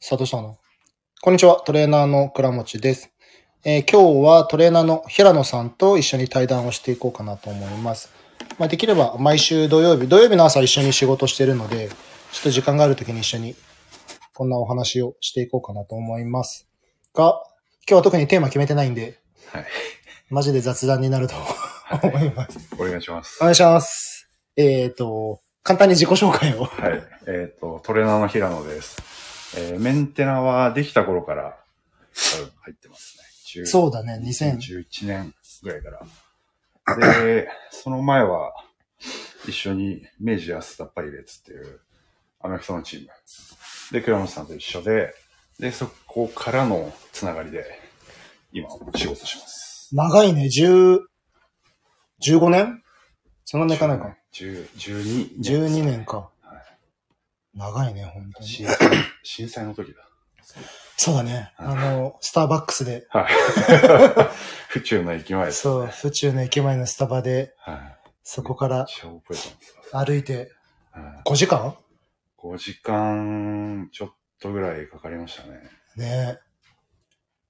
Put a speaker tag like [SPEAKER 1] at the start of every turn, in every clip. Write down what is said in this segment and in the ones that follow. [SPEAKER 1] さあ、どうしたのこんにちは、トレーナーの倉持です。えー今日はトレーナーの平野さんと一緒に対談をしていこうかなと思います。まあ、できれば毎週土曜日、土曜日の朝一緒に仕事してるので、ちょっと時間があるときに一緒にこんなお話をしていこうかなと思います。が、今日は特にテーマ決めてないんで、
[SPEAKER 2] はい。
[SPEAKER 1] マジで雑談になると思います。
[SPEAKER 2] お願いします。
[SPEAKER 1] お願いします。えっ、と、簡単に自己紹介を。
[SPEAKER 2] はい。えっ、と、トレーナーの平野です。えーメンテナはできた頃から、多分入ってますね。10
[SPEAKER 1] そうだね、2000。
[SPEAKER 2] 2011年ぐらいから。で、その前は、一緒に明治安田パイレーツっていうアメフトのチーム。で、倉本さんと一緒で、で、そこからのつながりで、今、仕事します。
[SPEAKER 1] 長いね、10、15年そんなにいかないか。
[SPEAKER 2] 10 12
[SPEAKER 1] 12年か。
[SPEAKER 2] は
[SPEAKER 1] 長いね、本当
[SPEAKER 2] い。
[SPEAKER 1] に。
[SPEAKER 2] 震災、震災の時だ。
[SPEAKER 1] そうだね。
[SPEAKER 2] は
[SPEAKER 1] あの、スターバックスで、
[SPEAKER 2] はい。 府中の駅前です。
[SPEAKER 1] そう、府中の駅前のスタバで、
[SPEAKER 2] はい。
[SPEAKER 1] そこから
[SPEAKER 2] めっちゃ覚えてます。
[SPEAKER 1] 歩いて
[SPEAKER 2] はい
[SPEAKER 1] 5時間
[SPEAKER 2] 5時間ちょっとぐらいかかりましたね。
[SPEAKER 1] ね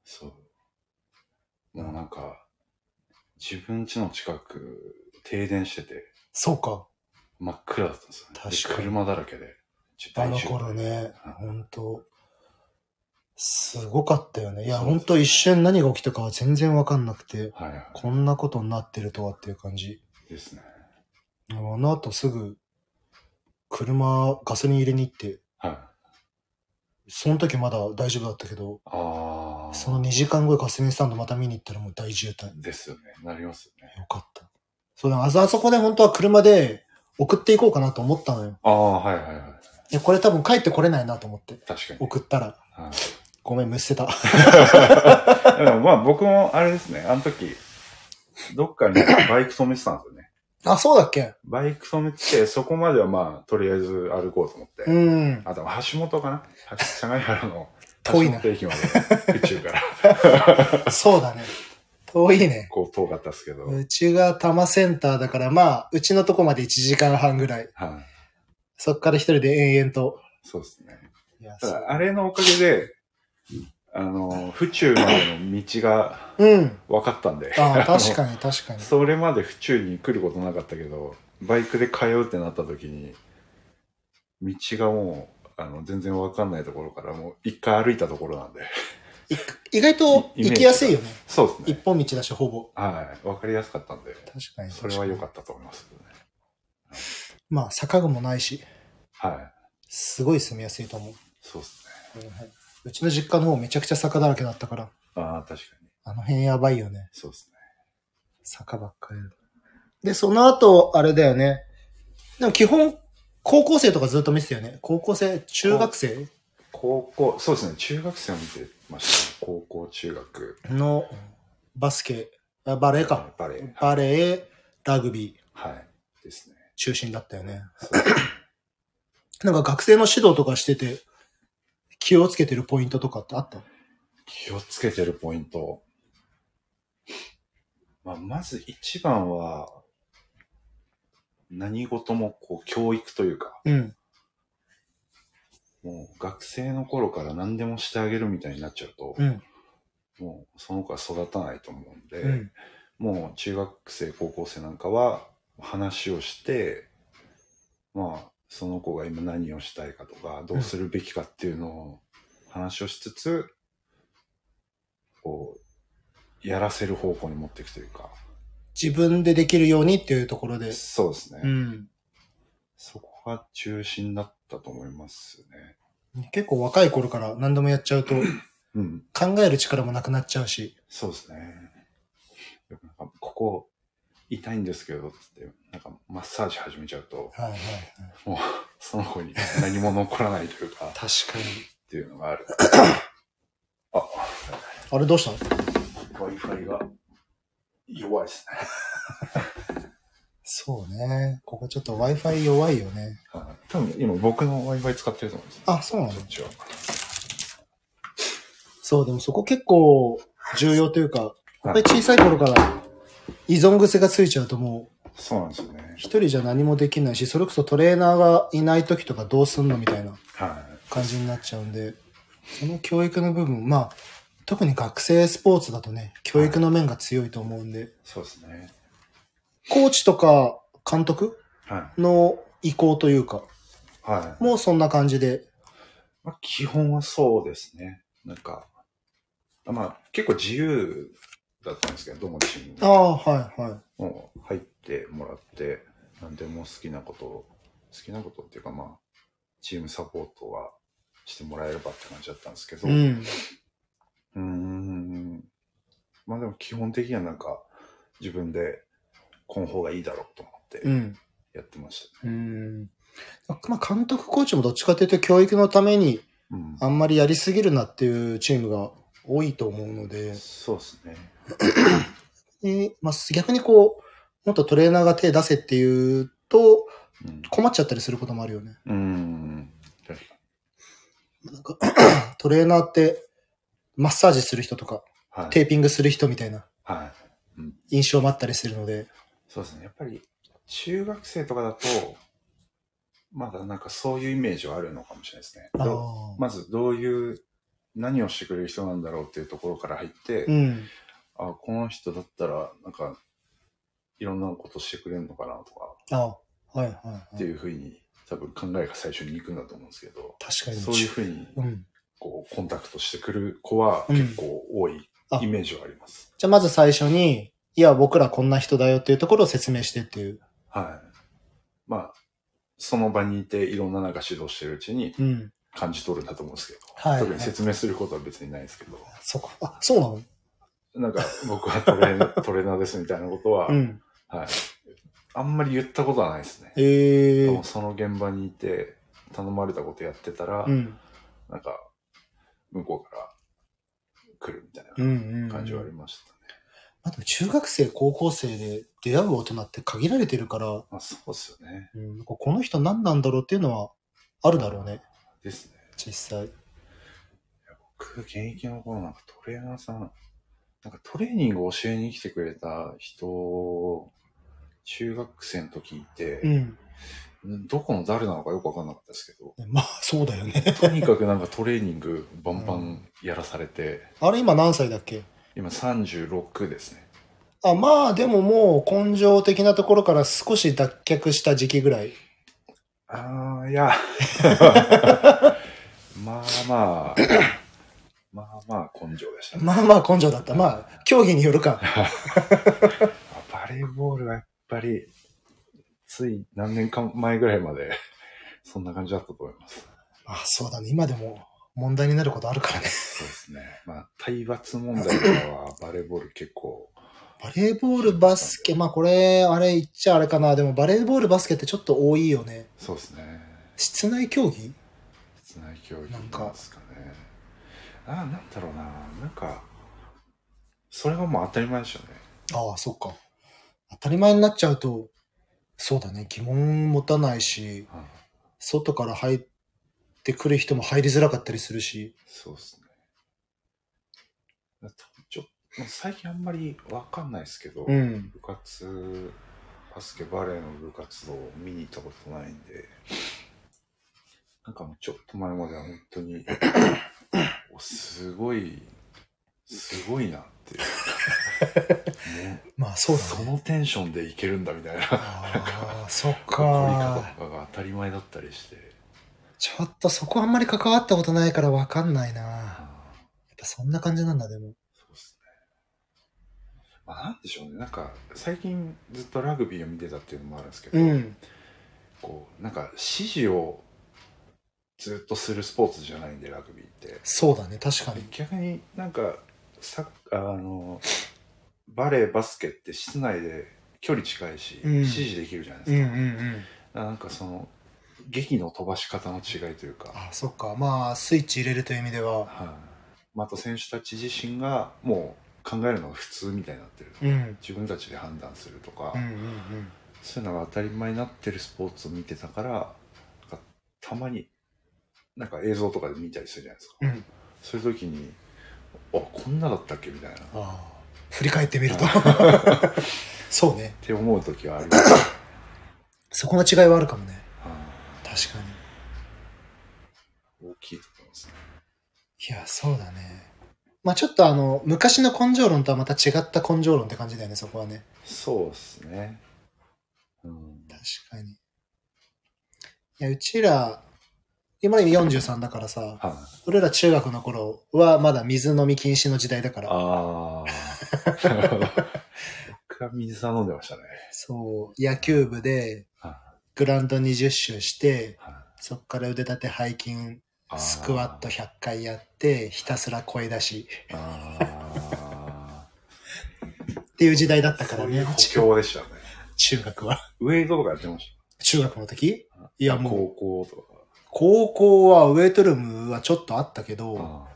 [SPEAKER 2] そう。でもなんか、自分家の近く、停電してて、
[SPEAKER 1] そうか。
[SPEAKER 2] 真っ暗だったんですよね。で
[SPEAKER 1] 確かに
[SPEAKER 2] 車だらけで。
[SPEAKER 1] あの頃ね
[SPEAKER 2] はい、
[SPEAKER 1] 本当すごかったよね。いや、
[SPEAKER 2] そうです
[SPEAKER 1] 本当一瞬何が起きたかは全然わかんなくて、
[SPEAKER 2] はいは
[SPEAKER 1] こんなことになってるとはっていう感じ。
[SPEAKER 2] い。ですね。
[SPEAKER 1] あの後すぐ、車、ガソリン入れに行って、
[SPEAKER 2] はい。
[SPEAKER 1] その時まだ大丈夫だったけど、
[SPEAKER 2] ああ。
[SPEAKER 1] その2時間後ガソリンスタンドまた見に行ったらもう大渋滞。よ
[SPEAKER 2] ですよね。なりますよね。
[SPEAKER 1] かった。そうだ、あそあそこで本当は車で送っていこうかなと思ったのよ。
[SPEAKER 2] ああ、はいはいはい。
[SPEAKER 1] いや、これ多分帰ってこれないなと思って。
[SPEAKER 2] 確かに。
[SPEAKER 1] 送ったら、
[SPEAKER 2] はい
[SPEAKER 1] ごめん、むせた。
[SPEAKER 2] でもまあ僕もあれですね、あの時、どっかにバイク止めてたんですよね。
[SPEAKER 1] あ、そうだっけ
[SPEAKER 2] バイク止めて、そこまではまあ、とりあえず歩こうと思って。
[SPEAKER 1] うん。
[SPEAKER 2] あ、でも橋本かな橋相模原の
[SPEAKER 1] 遠い
[SPEAKER 2] 橋
[SPEAKER 1] な
[SPEAKER 2] 本駅まで、宇宙から、
[SPEAKER 1] そうだね。遠いね。
[SPEAKER 2] こう遠かったですけど。はいう
[SPEAKER 1] ちが多摩センターだから、まあ、うちのとこまで1時間半ぐらい。。そっから一人で延々と。
[SPEAKER 2] そうですね。
[SPEAKER 1] いや
[SPEAKER 2] ただ、あれのおかげで、あの、府中までの道が
[SPEAKER 1] うん。
[SPEAKER 2] 分かったんで。
[SPEAKER 1] ああ、確
[SPEAKER 2] に。
[SPEAKER 1] かに確かに。
[SPEAKER 2] それまで府中に来ることなかったけど、バイクで通うってなった時に、道がもう、あの、全然分かんないところから、もう一回歩いたところなんで。
[SPEAKER 1] 意外と行きやすいよね。
[SPEAKER 2] そうですね。
[SPEAKER 1] 一本道だし、ほぼ。
[SPEAKER 2] はい、わかりやすかったんで、
[SPEAKER 1] 確かに。
[SPEAKER 2] それは良か
[SPEAKER 1] った。
[SPEAKER 2] ったと思いますけどね。
[SPEAKER 1] まあ、坂もないし、
[SPEAKER 2] はい、
[SPEAKER 1] すごい住みやすいと思う。
[SPEAKER 2] そうですね。
[SPEAKER 1] うんはいうちの実家の方めちゃくちゃ坂だらけだったから、
[SPEAKER 2] ああ、確かに。
[SPEAKER 1] あの辺やばいよね。
[SPEAKER 2] そうですね。
[SPEAKER 1] 坂ばっかりだで、その後、あれだよね。でも基本、高校生とかずっと見てたよね。高校生、中学生
[SPEAKER 2] 高校、そうですね、中学生を見てました、ね。高校、中学。
[SPEAKER 1] のバスケ、あバレーか。。
[SPEAKER 2] バレー。
[SPEAKER 1] バレー、ラグビー
[SPEAKER 2] はい。ですね。
[SPEAKER 1] 中心だったよね。
[SPEAKER 2] そうですね
[SPEAKER 1] なんか学生の指導とかしてて、気をつけてるポイントとかってあった
[SPEAKER 2] 気をつけてるポイント。まあ、まず一番は、何事もこう教育というか、
[SPEAKER 1] うん。
[SPEAKER 2] もう学生の頃から何でもしてあげるみたいになっちゃうと、
[SPEAKER 1] うん。
[SPEAKER 2] もうその子は育たないと思うんで、
[SPEAKER 1] うん。
[SPEAKER 2] もう中学生、高校生なんかは話をして、まあ、その子が今何をしたいかとか、どうするべきかっていうのを話をしつつ、こう、やらせる方向に持っていくというか、
[SPEAKER 1] 自分でできるようにっていうところで。
[SPEAKER 2] そうですね。
[SPEAKER 1] うん。
[SPEAKER 2] そこが中心だったと思いますね。
[SPEAKER 1] 結構若い頃から何でもやっちゃ うと、
[SPEAKER 2] うん、
[SPEAKER 1] 考える力もなくなっちゃうし。
[SPEAKER 2] そうですね。よくなんかここ痛いんですけど、つって、なんかマッサージ始めちゃうと、
[SPEAKER 1] はいはいはい。
[SPEAKER 2] もうその子に何も残らないというか、
[SPEAKER 1] 確かに。
[SPEAKER 2] っていうのがある。あ、
[SPEAKER 1] あれどうしたの
[SPEAKER 2] Wi-Fi が弱いですね。
[SPEAKER 1] そうね。ここちょっと Wi-Fi 弱いよね。
[SPEAKER 2] はい多分今僕の Wi-Fi 使ってると思うんですよ。
[SPEAKER 1] あ、そうなの
[SPEAKER 2] そっちは。
[SPEAKER 1] そう、でもそこ結構重要というか、やっぱ
[SPEAKER 2] は
[SPEAKER 1] り
[SPEAKER 2] い
[SPEAKER 1] 小さい頃から依存癖がついちゃうともう、
[SPEAKER 2] そうなんですよね。
[SPEAKER 1] 一人じゃ何もできないし、それこそトレーナーがいない時とかどうすんのみたいな
[SPEAKER 2] は
[SPEAKER 1] 感じになっちゃうんで、その教育の部分、まあ、特に学生スポーツだとね、教育の面が強いと思うんで、
[SPEAKER 2] そうですね。
[SPEAKER 1] コーチとか監督
[SPEAKER 2] は
[SPEAKER 1] の意向というか、
[SPEAKER 2] い。はい。
[SPEAKER 1] もうそんな感じで、
[SPEAKER 2] まあ、基本はそうですね。なんか、まあ、結構自由だったんですけど、どのチームも
[SPEAKER 1] ああ、はい、はい。
[SPEAKER 2] もう入ってもらって、何でも好きなことを、好きなことっていうかまあ、チームサポートはしてもらえればって感じだったんですけど、
[SPEAKER 1] うん。
[SPEAKER 2] うーん。まあでも基本的にはなんか、自分でこの方がいいだろうと思って
[SPEAKER 1] うん。
[SPEAKER 2] やってました
[SPEAKER 1] う
[SPEAKER 2] ね。
[SPEAKER 1] ん。まあ、監督、コーチもどっちかというと教育のために
[SPEAKER 2] うん。
[SPEAKER 1] あんまりやりすぎるなっていうチームが多いと思うので、
[SPEAKER 2] そうですね。
[SPEAKER 1] でまあ、逆にこう、もっとトレーナーが手出せっていうと
[SPEAKER 2] うん
[SPEAKER 1] 困っちゃったりすることもあるよね。
[SPEAKER 2] うーん。
[SPEAKER 1] なんかトレーナーってマッサージする人とか
[SPEAKER 2] はい。
[SPEAKER 1] テーピングする人みたいな
[SPEAKER 2] はい。
[SPEAKER 1] 印象もあったりするので、
[SPEAKER 2] そうですね。やっぱり、中学生とかだと、まだなんかそういうイメージはあるのかもしれないですね。
[SPEAKER 1] あ
[SPEAKER 2] ど
[SPEAKER 1] あ、
[SPEAKER 2] まずどういう、何をしてくれる人なんだろうっていうところから入って、
[SPEAKER 1] うん。
[SPEAKER 2] あ、この人だったら、なんか、いろんなことしてくれるのかなとか、
[SPEAKER 1] ああ、はいはい、はい。
[SPEAKER 2] っていうふうに、多分考えが最初に行くんだと思うんですけど、
[SPEAKER 1] 確かに。
[SPEAKER 2] そういうふうに、
[SPEAKER 1] うん。
[SPEAKER 2] こう、コンタクトしてくる子は
[SPEAKER 1] うん
[SPEAKER 2] 結構多い
[SPEAKER 1] あ
[SPEAKER 2] イメージはあります。
[SPEAKER 1] じゃあまず最初に、いや、僕らこんな人だよっていうところを説明してっていう。
[SPEAKER 2] はい。まあ、その場にいていろんななんか指導してるうちに
[SPEAKER 1] うん。
[SPEAKER 2] 感じ取るんだと思うんですけど、
[SPEAKER 1] はい
[SPEAKER 2] 特に説明することは別にないですけど、
[SPEAKER 1] そっか。あ、そうなの
[SPEAKER 2] なんか僕はトレーナ ートレーナーですみたいなことは、
[SPEAKER 1] うん。
[SPEAKER 2] はい。あんまり言ったことはないですね。
[SPEAKER 1] ええ
[SPEAKER 2] でもその現場にいて頼まれたことやってたら、
[SPEAKER 1] うん。
[SPEAKER 2] なんか向こうから来るみたい
[SPEAKER 1] うんうん、うん。
[SPEAKER 2] な感じはありましたね。
[SPEAKER 1] まあでも中学生、高校生で出会う大人って限られてるから、
[SPEAKER 2] まあそうっすよね。
[SPEAKER 1] うん、この人何なんだろうっていうのはあるだろうね、
[SPEAKER 2] ですね。
[SPEAKER 1] 実際。
[SPEAKER 2] 僕、現役の頃なんかトレーナーさん、なんかトレーニングを教えに来てくれた人、中学生の時いて、
[SPEAKER 1] うん。
[SPEAKER 2] うんどこの誰なのかよくわかんなかったですけど、
[SPEAKER 1] まあ、そうだよね。
[SPEAKER 2] とにかくなんかトレーニングバンバンやらされて、
[SPEAKER 1] あれ今何歳だっけ
[SPEAKER 2] 今36ですね。
[SPEAKER 1] あ、まあでももう根性的なところから少し脱却した時期ぐらい。
[SPEAKER 2] ああ、いや。 まあまあ、まあまあ根性でしたね。
[SPEAKER 1] まあまあ根性だった。まあ、競技によるか。
[SPEAKER 2] バレーボールはやっぱり、つい何年か前ぐらいまで、 そんな感じだったと思います。
[SPEAKER 1] あ、そうだね。今でも問題になることあるからね。
[SPEAKER 2] そうですね。まあ、体罰問題とかは、バレーボール結構、
[SPEAKER 1] バレーボール、バスケ、まあこれ、あれ言っちゃあれかな。でもバレーボール、バスケってちょっと多いよね。
[SPEAKER 2] そうですね。
[SPEAKER 1] 室内競技
[SPEAKER 2] 室内教育なんですかね。ああ、なんだろうな。なんか、それがもう当たり前でしたね。
[SPEAKER 1] ああ、そっか。当たり前になっちゃうと、そうだね。疑問持たないし、
[SPEAKER 2] はい
[SPEAKER 1] 外から入ってくる人も入りづらかったりするし。
[SPEAKER 2] そうですね。ちょまあ最近あんまりわかんないですけど、
[SPEAKER 1] ん。
[SPEAKER 2] 部活、バスケバレーの部活動を見に行ったことないんで、なんかもうちょっと前までは本当に、おすごい、すごいな っていう。も
[SPEAKER 1] まあそうだ
[SPEAKER 2] そ
[SPEAKER 1] ね。
[SPEAKER 2] のテンションでいけるんだみたいな。
[SPEAKER 1] ああ、そっ
[SPEAKER 2] 取り方
[SPEAKER 1] か。
[SPEAKER 2] とかが当たり前だったりして。
[SPEAKER 1] ちょっとそこあんまり関わったことないからわかんないな。やっ
[SPEAKER 2] あー
[SPEAKER 1] ぱそんな感じなんだ、でも。
[SPEAKER 2] そうですね。まあ、なんでしょうね。なんか、最近ずっとラグビーを見てたっていうのもあるんですけど、
[SPEAKER 1] うん。
[SPEAKER 2] こう、なんか、指示をずっとするスポーツじゃないんで、ラグビーって。
[SPEAKER 1] そうだね、確かに。
[SPEAKER 2] 逆になんか、サッカー、あの、バレー、バスケって室内で距離近いし、
[SPEAKER 1] うん
[SPEAKER 2] 指示できるじゃないですか。
[SPEAKER 1] ん。
[SPEAKER 2] なんかその、劇の飛ばし方の違いというか、
[SPEAKER 1] あそっか。まあ、スイッチ入れるという意味では。
[SPEAKER 2] はいまあ、あと選手たち自身がもう考えるのが普通みたいになってる。
[SPEAKER 1] うん。
[SPEAKER 2] 自分たちで判断するとか、
[SPEAKER 1] うんうんうん。
[SPEAKER 2] そういうのが当たり前になってるスポーツを見てたからなんかたまになんか映像とかで見たりするじゃないですか、
[SPEAKER 1] うん
[SPEAKER 2] そういう時にあこんなだったっけみたいなっ
[SPEAKER 1] ああ。振り返ってみ ると。そうね。
[SPEAKER 2] て思う時はあります、はい
[SPEAKER 1] そこの違いはあるかもね。確かに。
[SPEAKER 2] 大きいと思いますね
[SPEAKER 1] いや、そうだね。まあちょっとあの、昔の根性論とはまた違った根性論って感じだよね、そこはね。
[SPEAKER 2] そうですね。うん。
[SPEAKER 1] 確かに。いや、うちら、今今43だからさ、
[SPEAKER 2] はい。
[SPEAKER 1] 俺ら中学の頃はまだ水飲み禁止の時代だから、
[SPEAKER 2] ああ。僕は水飲んでましたね。
[SPEAKER 1] そう、野球部で
[SPEAKER 2] は
[SPEAKER 1] グラウンド20周して、
[SPEAKER 2] はい
[SPEAKER 1] そっから腕立て背筋、
[SPEAKER 2] あー
[SPEAKER 1] スクワット100回やって、ひたすら声出し
[SPEAKER 2] あ
[SPEAKER 1] っていう時代だった
[SPEAKER 2] あ。
[SPEAKER 1] か
[SPEAKER 2] そ
[SPEAKER 1] ら
[SPEAKER 2] ういう
[SPEAKER 1] ね、
[SPEAKER 2] 補
[SPEAKER 1] 中
[SPEAKER 2] 強でしたね。
[SPEAKER 1] 中学は。
[SPEAKER 2] ウェイトとかやってまし
[SPEAKER 1] 中学の時
[SPEAKER 2] た。
[SPEAKER 1] いやもう
[SPEAKER 2] 高校とか。
[SPEAKER 1] 高校はウェイトルームはちょっとあったけど、
[SPEAKER 2] あ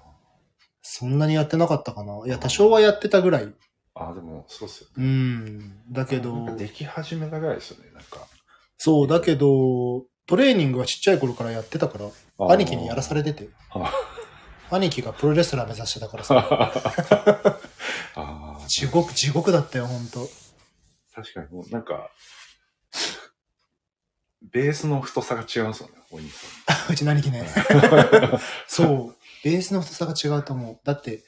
[SPEAKER 1] そんなにやってなかったかな。いや、多少はやってたぐらい。
[SPEAKER 2] ーあー、でも、そうっすよ
[SPEAKER 1] う
[SPEAKER 2] ね。
[SPEAKER 1] ん。だけど、
[SPEAKER 2] なんかでき始めたぐらいですよね、なんか。
[SPEAKER 1] そう、だけど、トレーニングはちっちゃい頃からやってたから、
[SPEAKER 2] あー
[SPEAKER 1] 兄貴にやらさ れてて
[SPEAKER 2] あ。
[SPEAKER 1] 兄貴がプロレスラー目指してたから さ、
[SPEAKER 2] ああ。
[SPEAKER 1] 地獄、地獄だったよ、ほんと。
[SPEAKER 2] 確かにもう、なんか、ベースの太さが違うんですよね、お兄さ
[SPEAKER 1] うちの兄貴 ね。そう。ベースの太さが違うと思う。だって、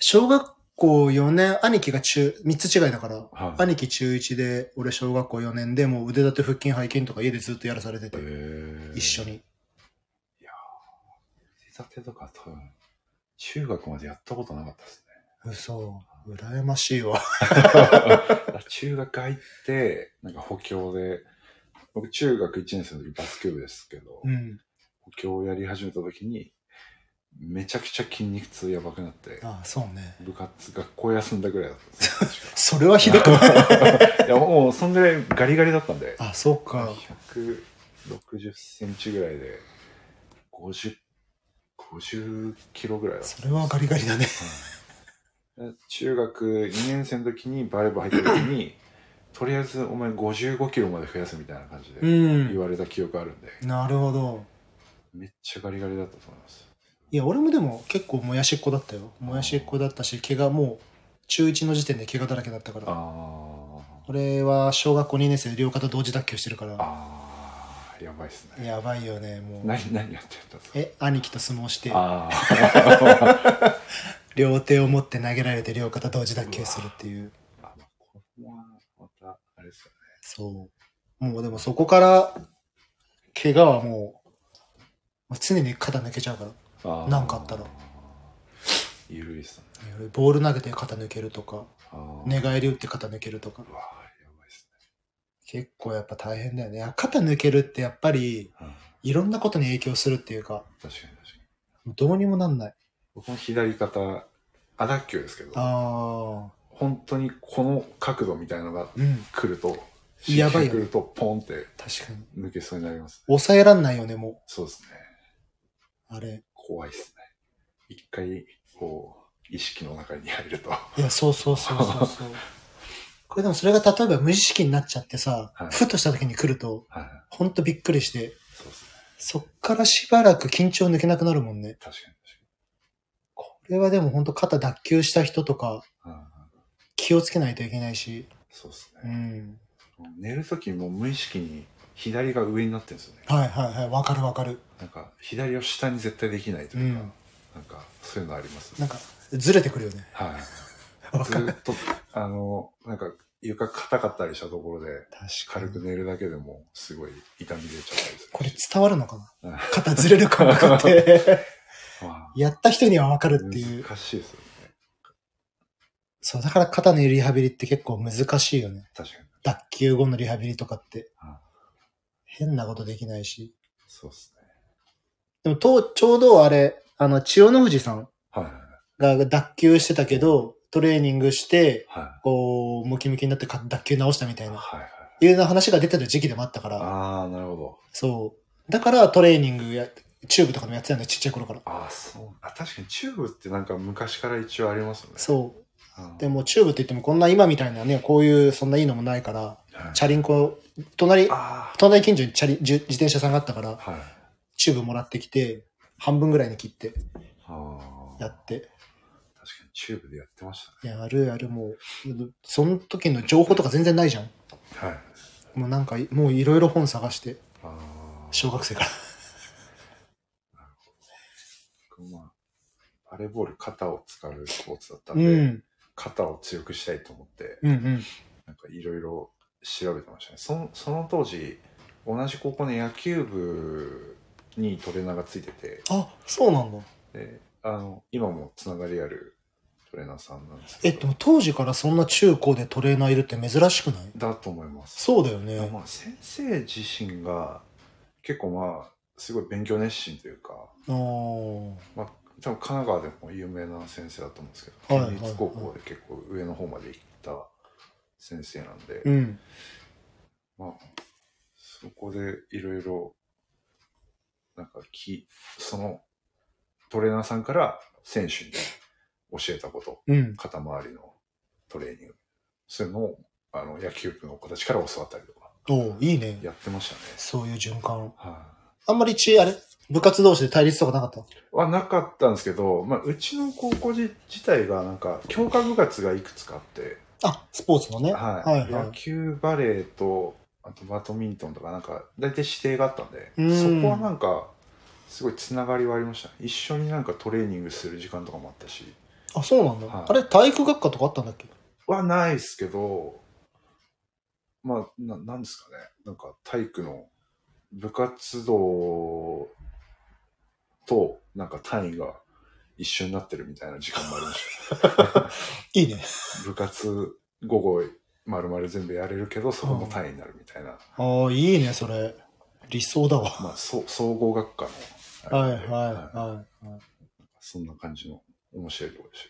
[SPEAKER 1] 小学校4年、兄貴が中、3つ違いだから、
[SPEAKER 2] ん。はい。
[SPEAKER 1] 兄貴中1で、俺小学校4年で、もう腕立て腹筋背筋とか家でずっとやらされてて、一緒
[SPEAKER 2] に。
[SPEAKER 1] に。
[SPEAKER 2] 手立てとか多分、中学までやったことなかった ですね。
[SPEAKER 1] 嘘。羨ましいわ。
[SPEAKER 2] 中学入って、なんか補強で、僕中学1年生の時バスケ部ですけど、
[SPEAKER 1] うん。
[SPEAKER 2] 補強をやり始めた時に、めちゃくちゃ筋肉痛やばくなって、
[SPEAKER 1] ああ、そうね。
[SPEAKER 2] 部活、学校休んだぐらいだったんですよ
[SPEAKER 1] それは ひ どくない。
[SPEAKER 2] 確かいや、もうそんぐらいガリガリだったんで、
[SPEAKER 1] あ、そうか。
[SPEAKER 2] 160センチぐらいで、50、50キロぐらいだった。
[SPEAKER 1] それはガリガリだね。
[SPEAKER 2] うん中学2年生の時にバレー部入った時にとりあえずお前55キロまで増やすみたいな感じ
[SPEAKER 1] う
[SPEAKER 2] で言
[SPEAKER 1] ん。
[SPEAKER 2] われた記憶あるんで、
[SPEAKER 1] なるほど。
[SPEAKER 2] めっちゃガリガリだったと思います
[SPEAKER 1] いや、俺もでも結構もやしっこだったよ。もやしっこだったし、怪我もう、中1の時点で怪我だらけだったから。
[SPEAKER 2] あー
[SPEAKER 1] 俺は小学校2年生で両肩同時脱臼してるから。
[SPEAKER 2] あーやばいっすね
[SPEAKER 1] やばいよね、もう。
[SPEAKER 2] 何何やってたんですか
[SPEAKER 1] え、兄貴と相撲して、
[SPEAKER 2] あ
[SPEAKER 1] 両手を持って投げられて両肩同時脱臼するっていう。
[SPEAKER 2] ーあこれはまたあれですよ
[SPEAKER 1] そう。もうでもそこから、怪我はもう、もう常に肩抜けちゃうから。
[SPEAKER 2] ねあー
[SPEAKER 1] なんかあったら
[SPEAKER 2] ゆるいっすね
[SPEAKER 1] ボール投げて肩抜けるとか、
[SPEAKER 2] あー
[SPEAKER 1] 寝返り打って肩抜けるとか。
[SPEAKER 2] うわーやばいっす
[SPEAKER 1] 結構やっぱ大変だよね。肩抜けるってやっぱり、
[SPEAKER 2] ね、うん
[SPEAKER 1] いろんなことに影響するっていうか、
[SPEAKER 2] 確かに確かに
[SPEAKER 1] どうにもなんない。
[SPEAKER 2] 僕の左肩あ脱臼ですけど
[SPEAKER 1] ああ、
[SPEAKER 2] 本当にこの角度みたいのが
[SPEAKER 1] うん、
[SPEAKER 2] 来ると、
[SPEAKER 1] やばいよね
[SPEAKER 2] 来るとポンって
[SPEAKER 1] 確かに。
[SPEAKER 2] 抜けそうになります。
[SPEAKER 1] 抑えらんないよね、も
[SPEAKER 2] そうですね。
[SPEAKER 1] う。あれ。
[SPEAKER 2] 怖いですね。一回、こう、意識の中に入ると。はい
[SPEAKER 1] や、そうそうそうそう そう。これでもそれが例えば無意識になっちゃってさ、
[SPEAKER 2] はい
[SPEAKER 1] ふとした時に来ると、
[SPEAKER 2] い。
[SPEAKER 1] ほんとびっくりして、
[SPEAKER 2] そうですね。
[SPEAKER 1] そっからしばらく緊張抜けなくなるもんね。
[SPEAKER 2] 確かに
[SPEAKER 1] これはでもほんと肩脱臼した人とか
[SPEAKER 2] 確かに。うん
[SPEAKER 1] 気をつけないといけないし、
[SPEAKER 2] そうです
[SPEAKER 1] う
[SPEAKER 2] ね。
[SPEAKER 1] ん。
[SPEAKER 2] 寝るときも無意識に左が上になってるんですよね。
[SPEAKER 1] はいはいはい、わかるわかる。
[SPEAKER 2] なんか、左を下に絶対できないというか、
[SPEAKER 1] うん
[SPEAKER 2] なんか、そういうのあります、
[SPEAKER 1] なんか、ずれてくるよね。
[SPEAKER 2] はい。
[SPEAKER 1] わ
[SPEAKER 2] ず
[SPEAKER 1] かる。
[SPEAKER 2] っと、あの、なんか、床硬かったりしたところで、
[SPEAKER 1] 確
[SPEAKER 2] 軽く寝るだけでも、すごい痛み出ちゃったりする。
[SPEAKER 1] これ伝わるのか
[SPEAKER 2] うん
[SPEAKER 1] な肩ずれる感覚って。
[SPEAKER 2] まあ
[SPEAKER 1] やった人にはわかるっていう。
[SPEAKER 2] 難しいですよね。
[SPEAKER 1] そう、だから肩のリハビリって結構難しいよね。
[SPEAKER 2] 確かに。
[SPEAKER 1] 脱臼後のリハビリとかって
[SPEAKER 2] うん。
[SPEAKER 1] 変なことできないし。
[SPEAKER 2] そうですね。
[SPEAKER 1] でもと、ちょうどあれ、あの、千代の富士さん
[SPEAKER 2] はいはい
[SPEAKER 1] が脱臼してたけど、トレーニングして、
[SPEAKER 2] はい。
[SPEAKER 1] こう、ムキムキになってか脱臼直したみたいな、
[SPEAKER 2] はいはい。
[SPEAKER 1] いうような話が出てた時期でもあったから、
[SPEAKER 2] ああ、なるほど。
[SPEAKER 1] そう。だからトレーニングや、チューブとかもやってたんだよ、ちっちゃい頃から。
[SPEAKER 2] ああ、そう。あ、確かにチューブってなんか昔から一応ありますよね。
[SPEAKER 1] そう。
[SPEAKER 2] うん
[SPEAKER 1] でもチューブって言ってもこんな今みたいなね、こういうそんないいのもないから、チャリンコ、隣、
[SPEAKER 2] あ
[SPEAKER 1] 隣近所にチャリ、じゅ自転車さんがあったから
[SPEAKER 2] あ、、はい。
[SPEAKER 1] チューブもらってきて、半分ぐらいに切って
[SPEAKER 2] ああ。
[SPEAKER 1] やって、
[SPEAKER 2] 確かにチューブでやってましたね。
[SPEAKER 1] やるやるもう、その時の情報とか全然ないじゃん。
[SPEAKER 2] はい。
[SPEAKER 1] もうなんか、もういろいろ本探して、
[SPEAKER 2] ああ。
[SPEAKER 1] 小学生から。
[SPEAKER 2] まあ、アレボール肩を使うスポーツだったん
[SPEAKER 1] う
[SPEAKER 2] で、
[SPEAKER 1] ん。
[SPEAKER 2] 肩を強くしたいと思って、
[SPEAKER 1] うんうん。
[SPEAKER 2] なんかいろいろ調べてましたね。そのその当時、同じ高校の野球部にトレーナーがついてて、
[SPEAKER 1] あ、そうなんだ。
[SPEAKER 2] であの今もつながりあるトレーナーさんなんです
[SPEAKER 1] え、
[SPEAKER 2] け
[SPEAKER 1] で
[SPEAKER 2] ど、
[SPEAKER 1] も当時からそんな中高でトレーナーいるって珍しくない
[SPEAKER 2] だと思います。
[SPEAKER 1] そうだよ
[SPEAKER 2] いや
[SPEAKER 1] ね。
[SPEAKER 2] まあ先生自身が結構まあすごい勉強熱心というか、
[SPEAKER 1] あー
[SPEAKER 2] まあ、多分神奈川でも有名な先生だと思うんですけ
[SPEAKER 1] はい
[SPEAKER 2] ど
[SPEAKER 1] はいはい
[SPEAKER 2] 県立高校で結構上の方まで行った先生なんで、
[SPEAKER 1] うん。
[SPEAKER 2] まあ、そこでいろいろなんかきそのトレーナーさんから選手に教えたこと
[SPEAKER 1] うん。
[SPEAKER 2] 肩周りのトレーニングそういうのをあの野球部の子たちから教わったりとか
[SPEAKER 1] おーいいね。
[SPEAKER 2] やってましたね。
[SPEAKER 1] そういう循環。
[SPEAKER 2] はい、
[SPEAKER 1] あんまり知恵、あれ部活同士で対立とかなかった
[SPEAKER 2] はなかったんですけど、まあ、うちの高校じ自体がなんか強化部活がいくつかあって、
[SPEAKER 1] あ、スポーツのね。
[SPEAKER 2] はい
[SPEAKER 1] はいはい
[SPEAKER 2] 野球バレーとあとバドミントンとかなんか大体指定があったんで
[SPEAKER 1] うん
[SPEAKER 2] そこはなんかすごいつながりはありましたね一緒になんかトレーニングする時間とかもあったし
[SPEAKER 1] あ、そうなんだ。
[SPEAKER 2] はい
[SPEAKER 1] あれ体育学科とかあったんだっけ
[SPEAKER 2] はないですけどまあななんですかねなんか体育の部活動となんか単位が一緒になってるみたいな時間もありました
[SPEAKER 1] いいね。
[SPEAKER 2] 部活午後まるまる全部やれるけどそこも単位になるみたいな、
[SPEAKER 1] ああ、いいね、それ。理想だわ。
[SPEAKER 2] まあそう総合学科のあ
[SPEAKER 1] はい
[SPEAKER 2] れ
[SPEAKER 1] は
[SPEAKER 2] で
[SPEAKER 1] いはいは
[SPEAKER 2] そんな感じの面白いところでし
[SPEAKER 1] い。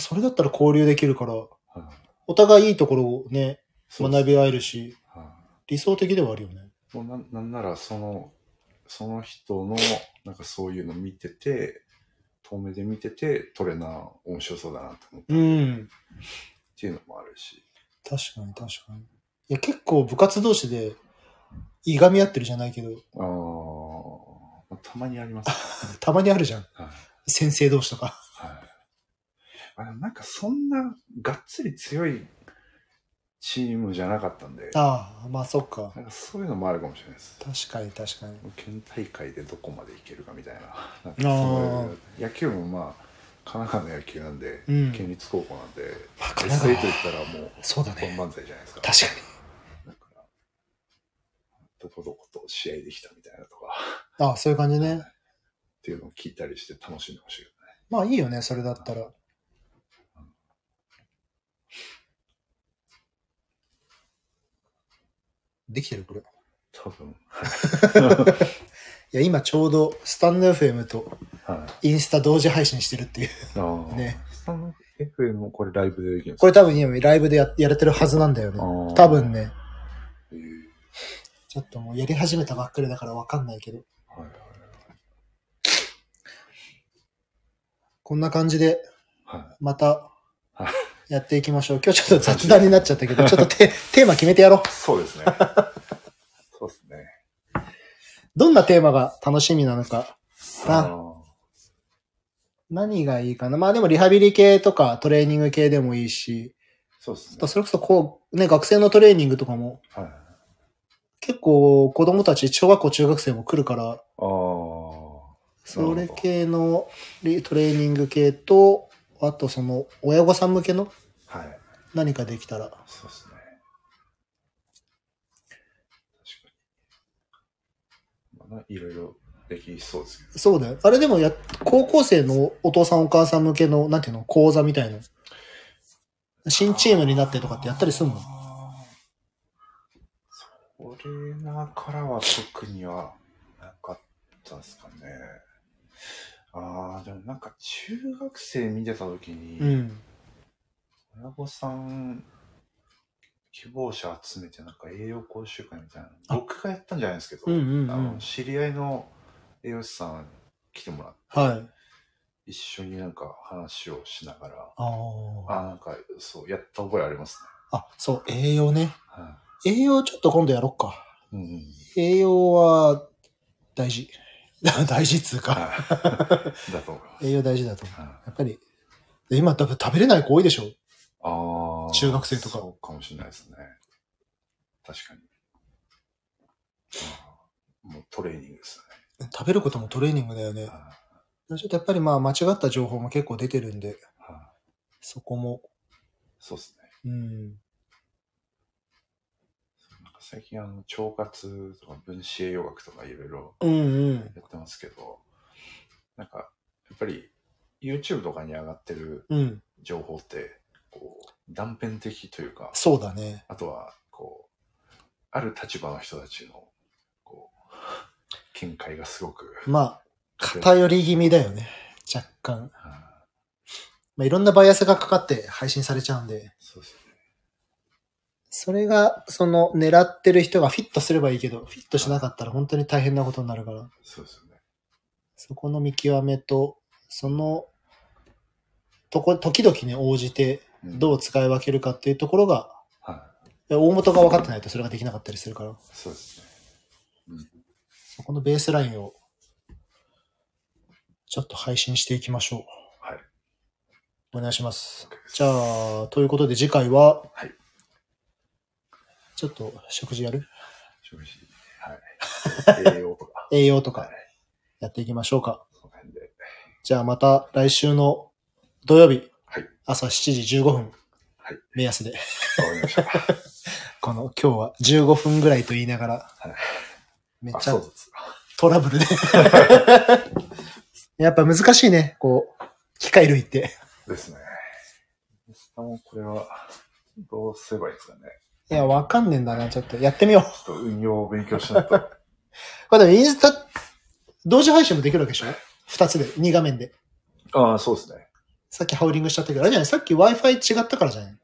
[SPEAKER 1] それだったら交流できるから、
[SPEAKER 2] たけど、はい
[SPEAKER 1] お互いいいところをね、
[SPEAKER 2] そうです
[SPEAKER 1] 学び合えるし、
[SPEAKER 2] は
[SPEAKER 1] 理想的ではあるよね。
[SPEAKER 2] いもうなんなんならそのその人のなんかそういうの見てて遠目で見ててトレーナー面白そうだなと思ったっ
[SPEAKER 1] うん。
[SPEAKER 2] ていうのもあるし、
[SPEAKER 1] 確かに確かに。いや、結構部活同士で、いがみ合ってるじゃないけど、
[SPEAKER 2] あーまあたまにあ ります、ね
[SPEAKER 1] たまにあるじゃん。
[SPEAKER 2] はい
[SPEAKER 1] 先生同士とか。
[SPEAKER 2] はい。あでもなんかそんながっつり強いチームじゃなかったんで、
[SPEAKER 1] ああ、まあそっか
[SPEAKER 2] な。んかそういうのもあるかもしれないです。
[SPEAKER 1] 確かに確かに。
[SPEAKER 2] 県大会でどこまでいけるかみたいな。 なんか
[SPEAKER 1] ー
[SPEAKER 2] そういう野球もまあ、神奈川の野球なんで、
[SPEAKER 1] うん
[SPEAKER 2] 県立高校なんで、
[SPEAKER 1] まあ、神
[SPEAKER 2] ベス
[SPEAKER 1] 奈
[SPEAKER 2] ト8
[SPEAKER 1] 川
[SPEAKER 2] 行ったらもう、
[SPEAKER 1] そうだね。
[SPEAKER 2] 本漫才じゃないですか。
[SPEAKER 1] 確かに。
[SPEAKER 2] だから、どこどこと試合できたみたいなとか、
[SPEAKER 1] ああ、そういう感じね。
[SPEAKER 2] っていうのを聞いたりして楽しんでほしいよね。
[SPEAKER 1] まあいいよね、それだったら。できてるこれ。い
[SPEAKER 2] 多分。
[SPEAKER 1] や、今ちょうどスタンド FM と
[SPEAKER 2] はい。
[SPEAKER 1] インスタ同時配信してるっていう。
[SPEAKER 2] あー
[SPEAKER 1] ね。
[SPEAKER 2] スタンド FM もこれライブでできるんです
[SPEAKER 1] こ
[SPEAKER 2] か
[SPEAKER 1] れ多分今ライブでややれてるはずなんだよね
[SPEAKER 2] あー。
[SPEAKER 1] 多分ね。
[SPEAKER 2] えー
[SPEAKER 1] ちょっともうやり始めたばっかりだからわかんないけど。
[SPEAKER 2] はいはい
[SPEAKER 1] こんな感じで
[SPEAKER 2] はい。
[SPEAKER 1] また
[SPEAKER 2] はい
[SPEAKER 1] やっていきましょう。今日ちょっと雑談になっちゃったけど、ちょっとテテーマ決めてやろう。
[SPEAKER 2] そう ですね。そうですね。
[SPEAKER 1] どんなテーマが楽しみなのか。な
[SPEAKER 2] あの
[SPEAKER 1] 何がいいかな。まあでもリハビリ系とかトレーニング系でもいいし、
[SPEAKER 2] そうです
[SPEAKER 1] あ
[SPEAKER 2] ね
[SPEAKER 1] と。それこそこう、ね、学生のトレーニングとかも、
[SPEAKER 2] はい。あ
[SPEAKER 1] 結構子供たち、小学校、中学生も来るから、
[SPEAKER 2] あ。
[SPEAKER 1] それ系のリトレーニング系と、あとその親御さん向けの
[SPEAKER 2] はい。
[SPEAKER 1] 何かできたら。
[SPEAKER 2] そうですね。確かに。まあ、いろいろできそうですけど。
[SPEAKER 1] そうだよ。あれでもや、高校生のお父さんお母さん向けの、なんていうの、講座みたいな。新チームになってとかってやったりすんの
[SPEAKER 2] あーそれなからは特にはなかったですかね。ああ、でもなんか中学生見てた時に、
[SPEAKER 1] うん。
[SPEAKER 2] 親御さん希望者集めてなんか栄養講習会みたいな
[SPEAKER 1] あ
[SPEAKER 2] 僕がやったんじゃないですけど、
[SPEAKER 1] うんうんう
[SPEAKER 2] あの
[SPEAKER 1] ん。
[SPEAKER 2] 知り合いの栄養士さん来てもらって
[SPEAKER 1] はい。
[SPEAKER 2] 一緒になんか話をしながら
[SPEAKER 1] あー
[SPEAKER 2] あなんかそうやった覚えあります
[SPEAKER 1] あ。そう、栄養ね。
[SPEAKER 2] ね、は
[SPEAKER 1] 栄養ちょっと今度やろっか。
[SPEAKER 2] いうんうん
[SPEAKER 1] 栄養は大事。 大事っつうか。
[SPEAKER 2] は いだと思います、
[SPEAKER 1] 栄養大事だと思う。
[SPEAKER 2] はい
[SPEAKER 1] やっぱり、今多分食べれない子多いでしょ。
[SPEAKER 2] ああ
[SPEAKER 1] 中学生とか
[SPEAKER 2] そうかもしれないですね確かにあーもうトレーニングです
[SPEAKER 1] 食べることもトレーニングだよね
[SPEAKER 2] ね。は
[SPEAKER 1] ちょっとやっぱりまあ間違った情報も結構出てるんで、
[SPEAKER 2] は
[SPEAKER 1] そこも。
[SPEAKER 2] い。そうですね。
[SPEAKER 1] うん。
[SPEAKER 2] なんか最近、あの、腸活とか分子栄養学とかいろいろ
[SPEAKER 1] うんうん。
[SPEAKER 2] やってますけど、なんか、やっぱり YouTube とかに上がってる
[SPEAKER 1] うん。
[SPEAKER 2] 情報って、こう、断片的というか、
[SPEAKER 1] そうだね。
[SPEAKER 2] あとは、こう、ある立場の人たちの、こう、見解がすごく、
[SPEAKER 1] まあ、偏り気味だよね。若干。
[SPEAKER 2] は
[SPEAKER 1] まあ、いろんなバイアスがかかって配信されちゃうんで
[SPEAKER 2] い、そうですね。
[SPEAKER 1] それが、その、狙ってる人がフィットすればいいけど、フィットしなかったら本当に大変なことになるから、
[SPEAKER 2] そうですよね。
[SPEAKER 1] そこの見極めと、その、とこ、時々に応じて、
[SPEAKER 2] うん
[SPEAKER 1] どう使い分けるかっていうところが、
[SPEAKER 2] はい。
[SPEAKER 1] いや大元が分かってないとそれができなかったりするから、
[SPEAKER 2] そうですね。
[SPEAKER 1] そこのベースラインを、ちょっと配信していきましょう。
[SPEAKER 2] はい。
[SPEAKER 1] お願いします。
[SPEAKER 2] OK です
[SPEAKER 1] じゃあ、ということで次回は、
[SPEAKER 2] はい
[SPEAKER 1] ちょっと食事やる
[SPEAKER 2] 食事、はい。栄養とか、
[SPEAKER 1] 栄養と
[SPEAKER 2] はい
[SPEAKER 1] か。やっていきましょうか。
[SPEAKER 2] その辺で。
[SPEAKER 1] じゃあまた来週の土曜日、
[SPEAKER 2] はい
[SPEAKER 1] 朝7時15分、
[SPEAKER 2] はい
[SPEAKER 1] 目安で、
[SPEAKER 2] わかりました。
[SPEAKER 1] この今日は15分ぐらいと言いながら、
[SPEAKER 2] はい
[SPEAKER 1] めっ
[SPEAKER 2] あ、
[SPEAKER 1] ちゃ
[SPEAKER 2] そうです。
[SPEAKER 1] トラブルで。 やっぱ難しいね、こう、機械類って。
[SPEAKER 2] ですね。しかもこれは、どうすればいいですかね。
[SPEAKER 1] いや、わかんねえんだな、ちょっと。やってみよう。
[SPEAKER 2] ちょっと運用を勉強しないと。
[SPEAKER 1] これでもインスタ、同時配信もできるわけでしょ二つで、二画面で。
[SPEAKER 2] ああ、そうですね。
[SPEAKER 1] さっきハウリングしちゃったけど、あれじゃないさっき Wi-Fi 違ったからじゃない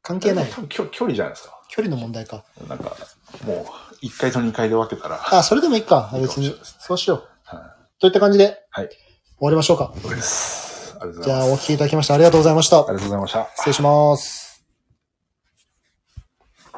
[SPEAKER 1] 関係ない
[SPEAKER 2] 多。分距距離じゃないですか。
[SPEAKER 1] 距離の問題か。
[SPEAKER 2] なんか、もう、1階と2階で分けたら、は
[SPEAKER 1] あ、それでもいいか。別
[SPEAKER 2] いい
[SPEAKER 1] に
[SPEAKER 2] かもしれないです。ね
[SPEAKER 1] そうしよう。
[SPEAKER 2] い。
[SPEAKER 1] といった感じで、
[SPEAKER 2] はい
[SPEAKER 1] 終わりましょうか。
[SPEAKER 2] そうです。ありがとうご
[SPEAKER 1] じ
[SPEAKER 2] ざい
[SPEAKER 1] ゃあ、
[SPEAKER 2] ます。
[SPEAKER 1] お聞きいただきました。ありがとうございました
[SPEAKER 2] あり。がとうございました。
[SPEAKER 1] 失礼します。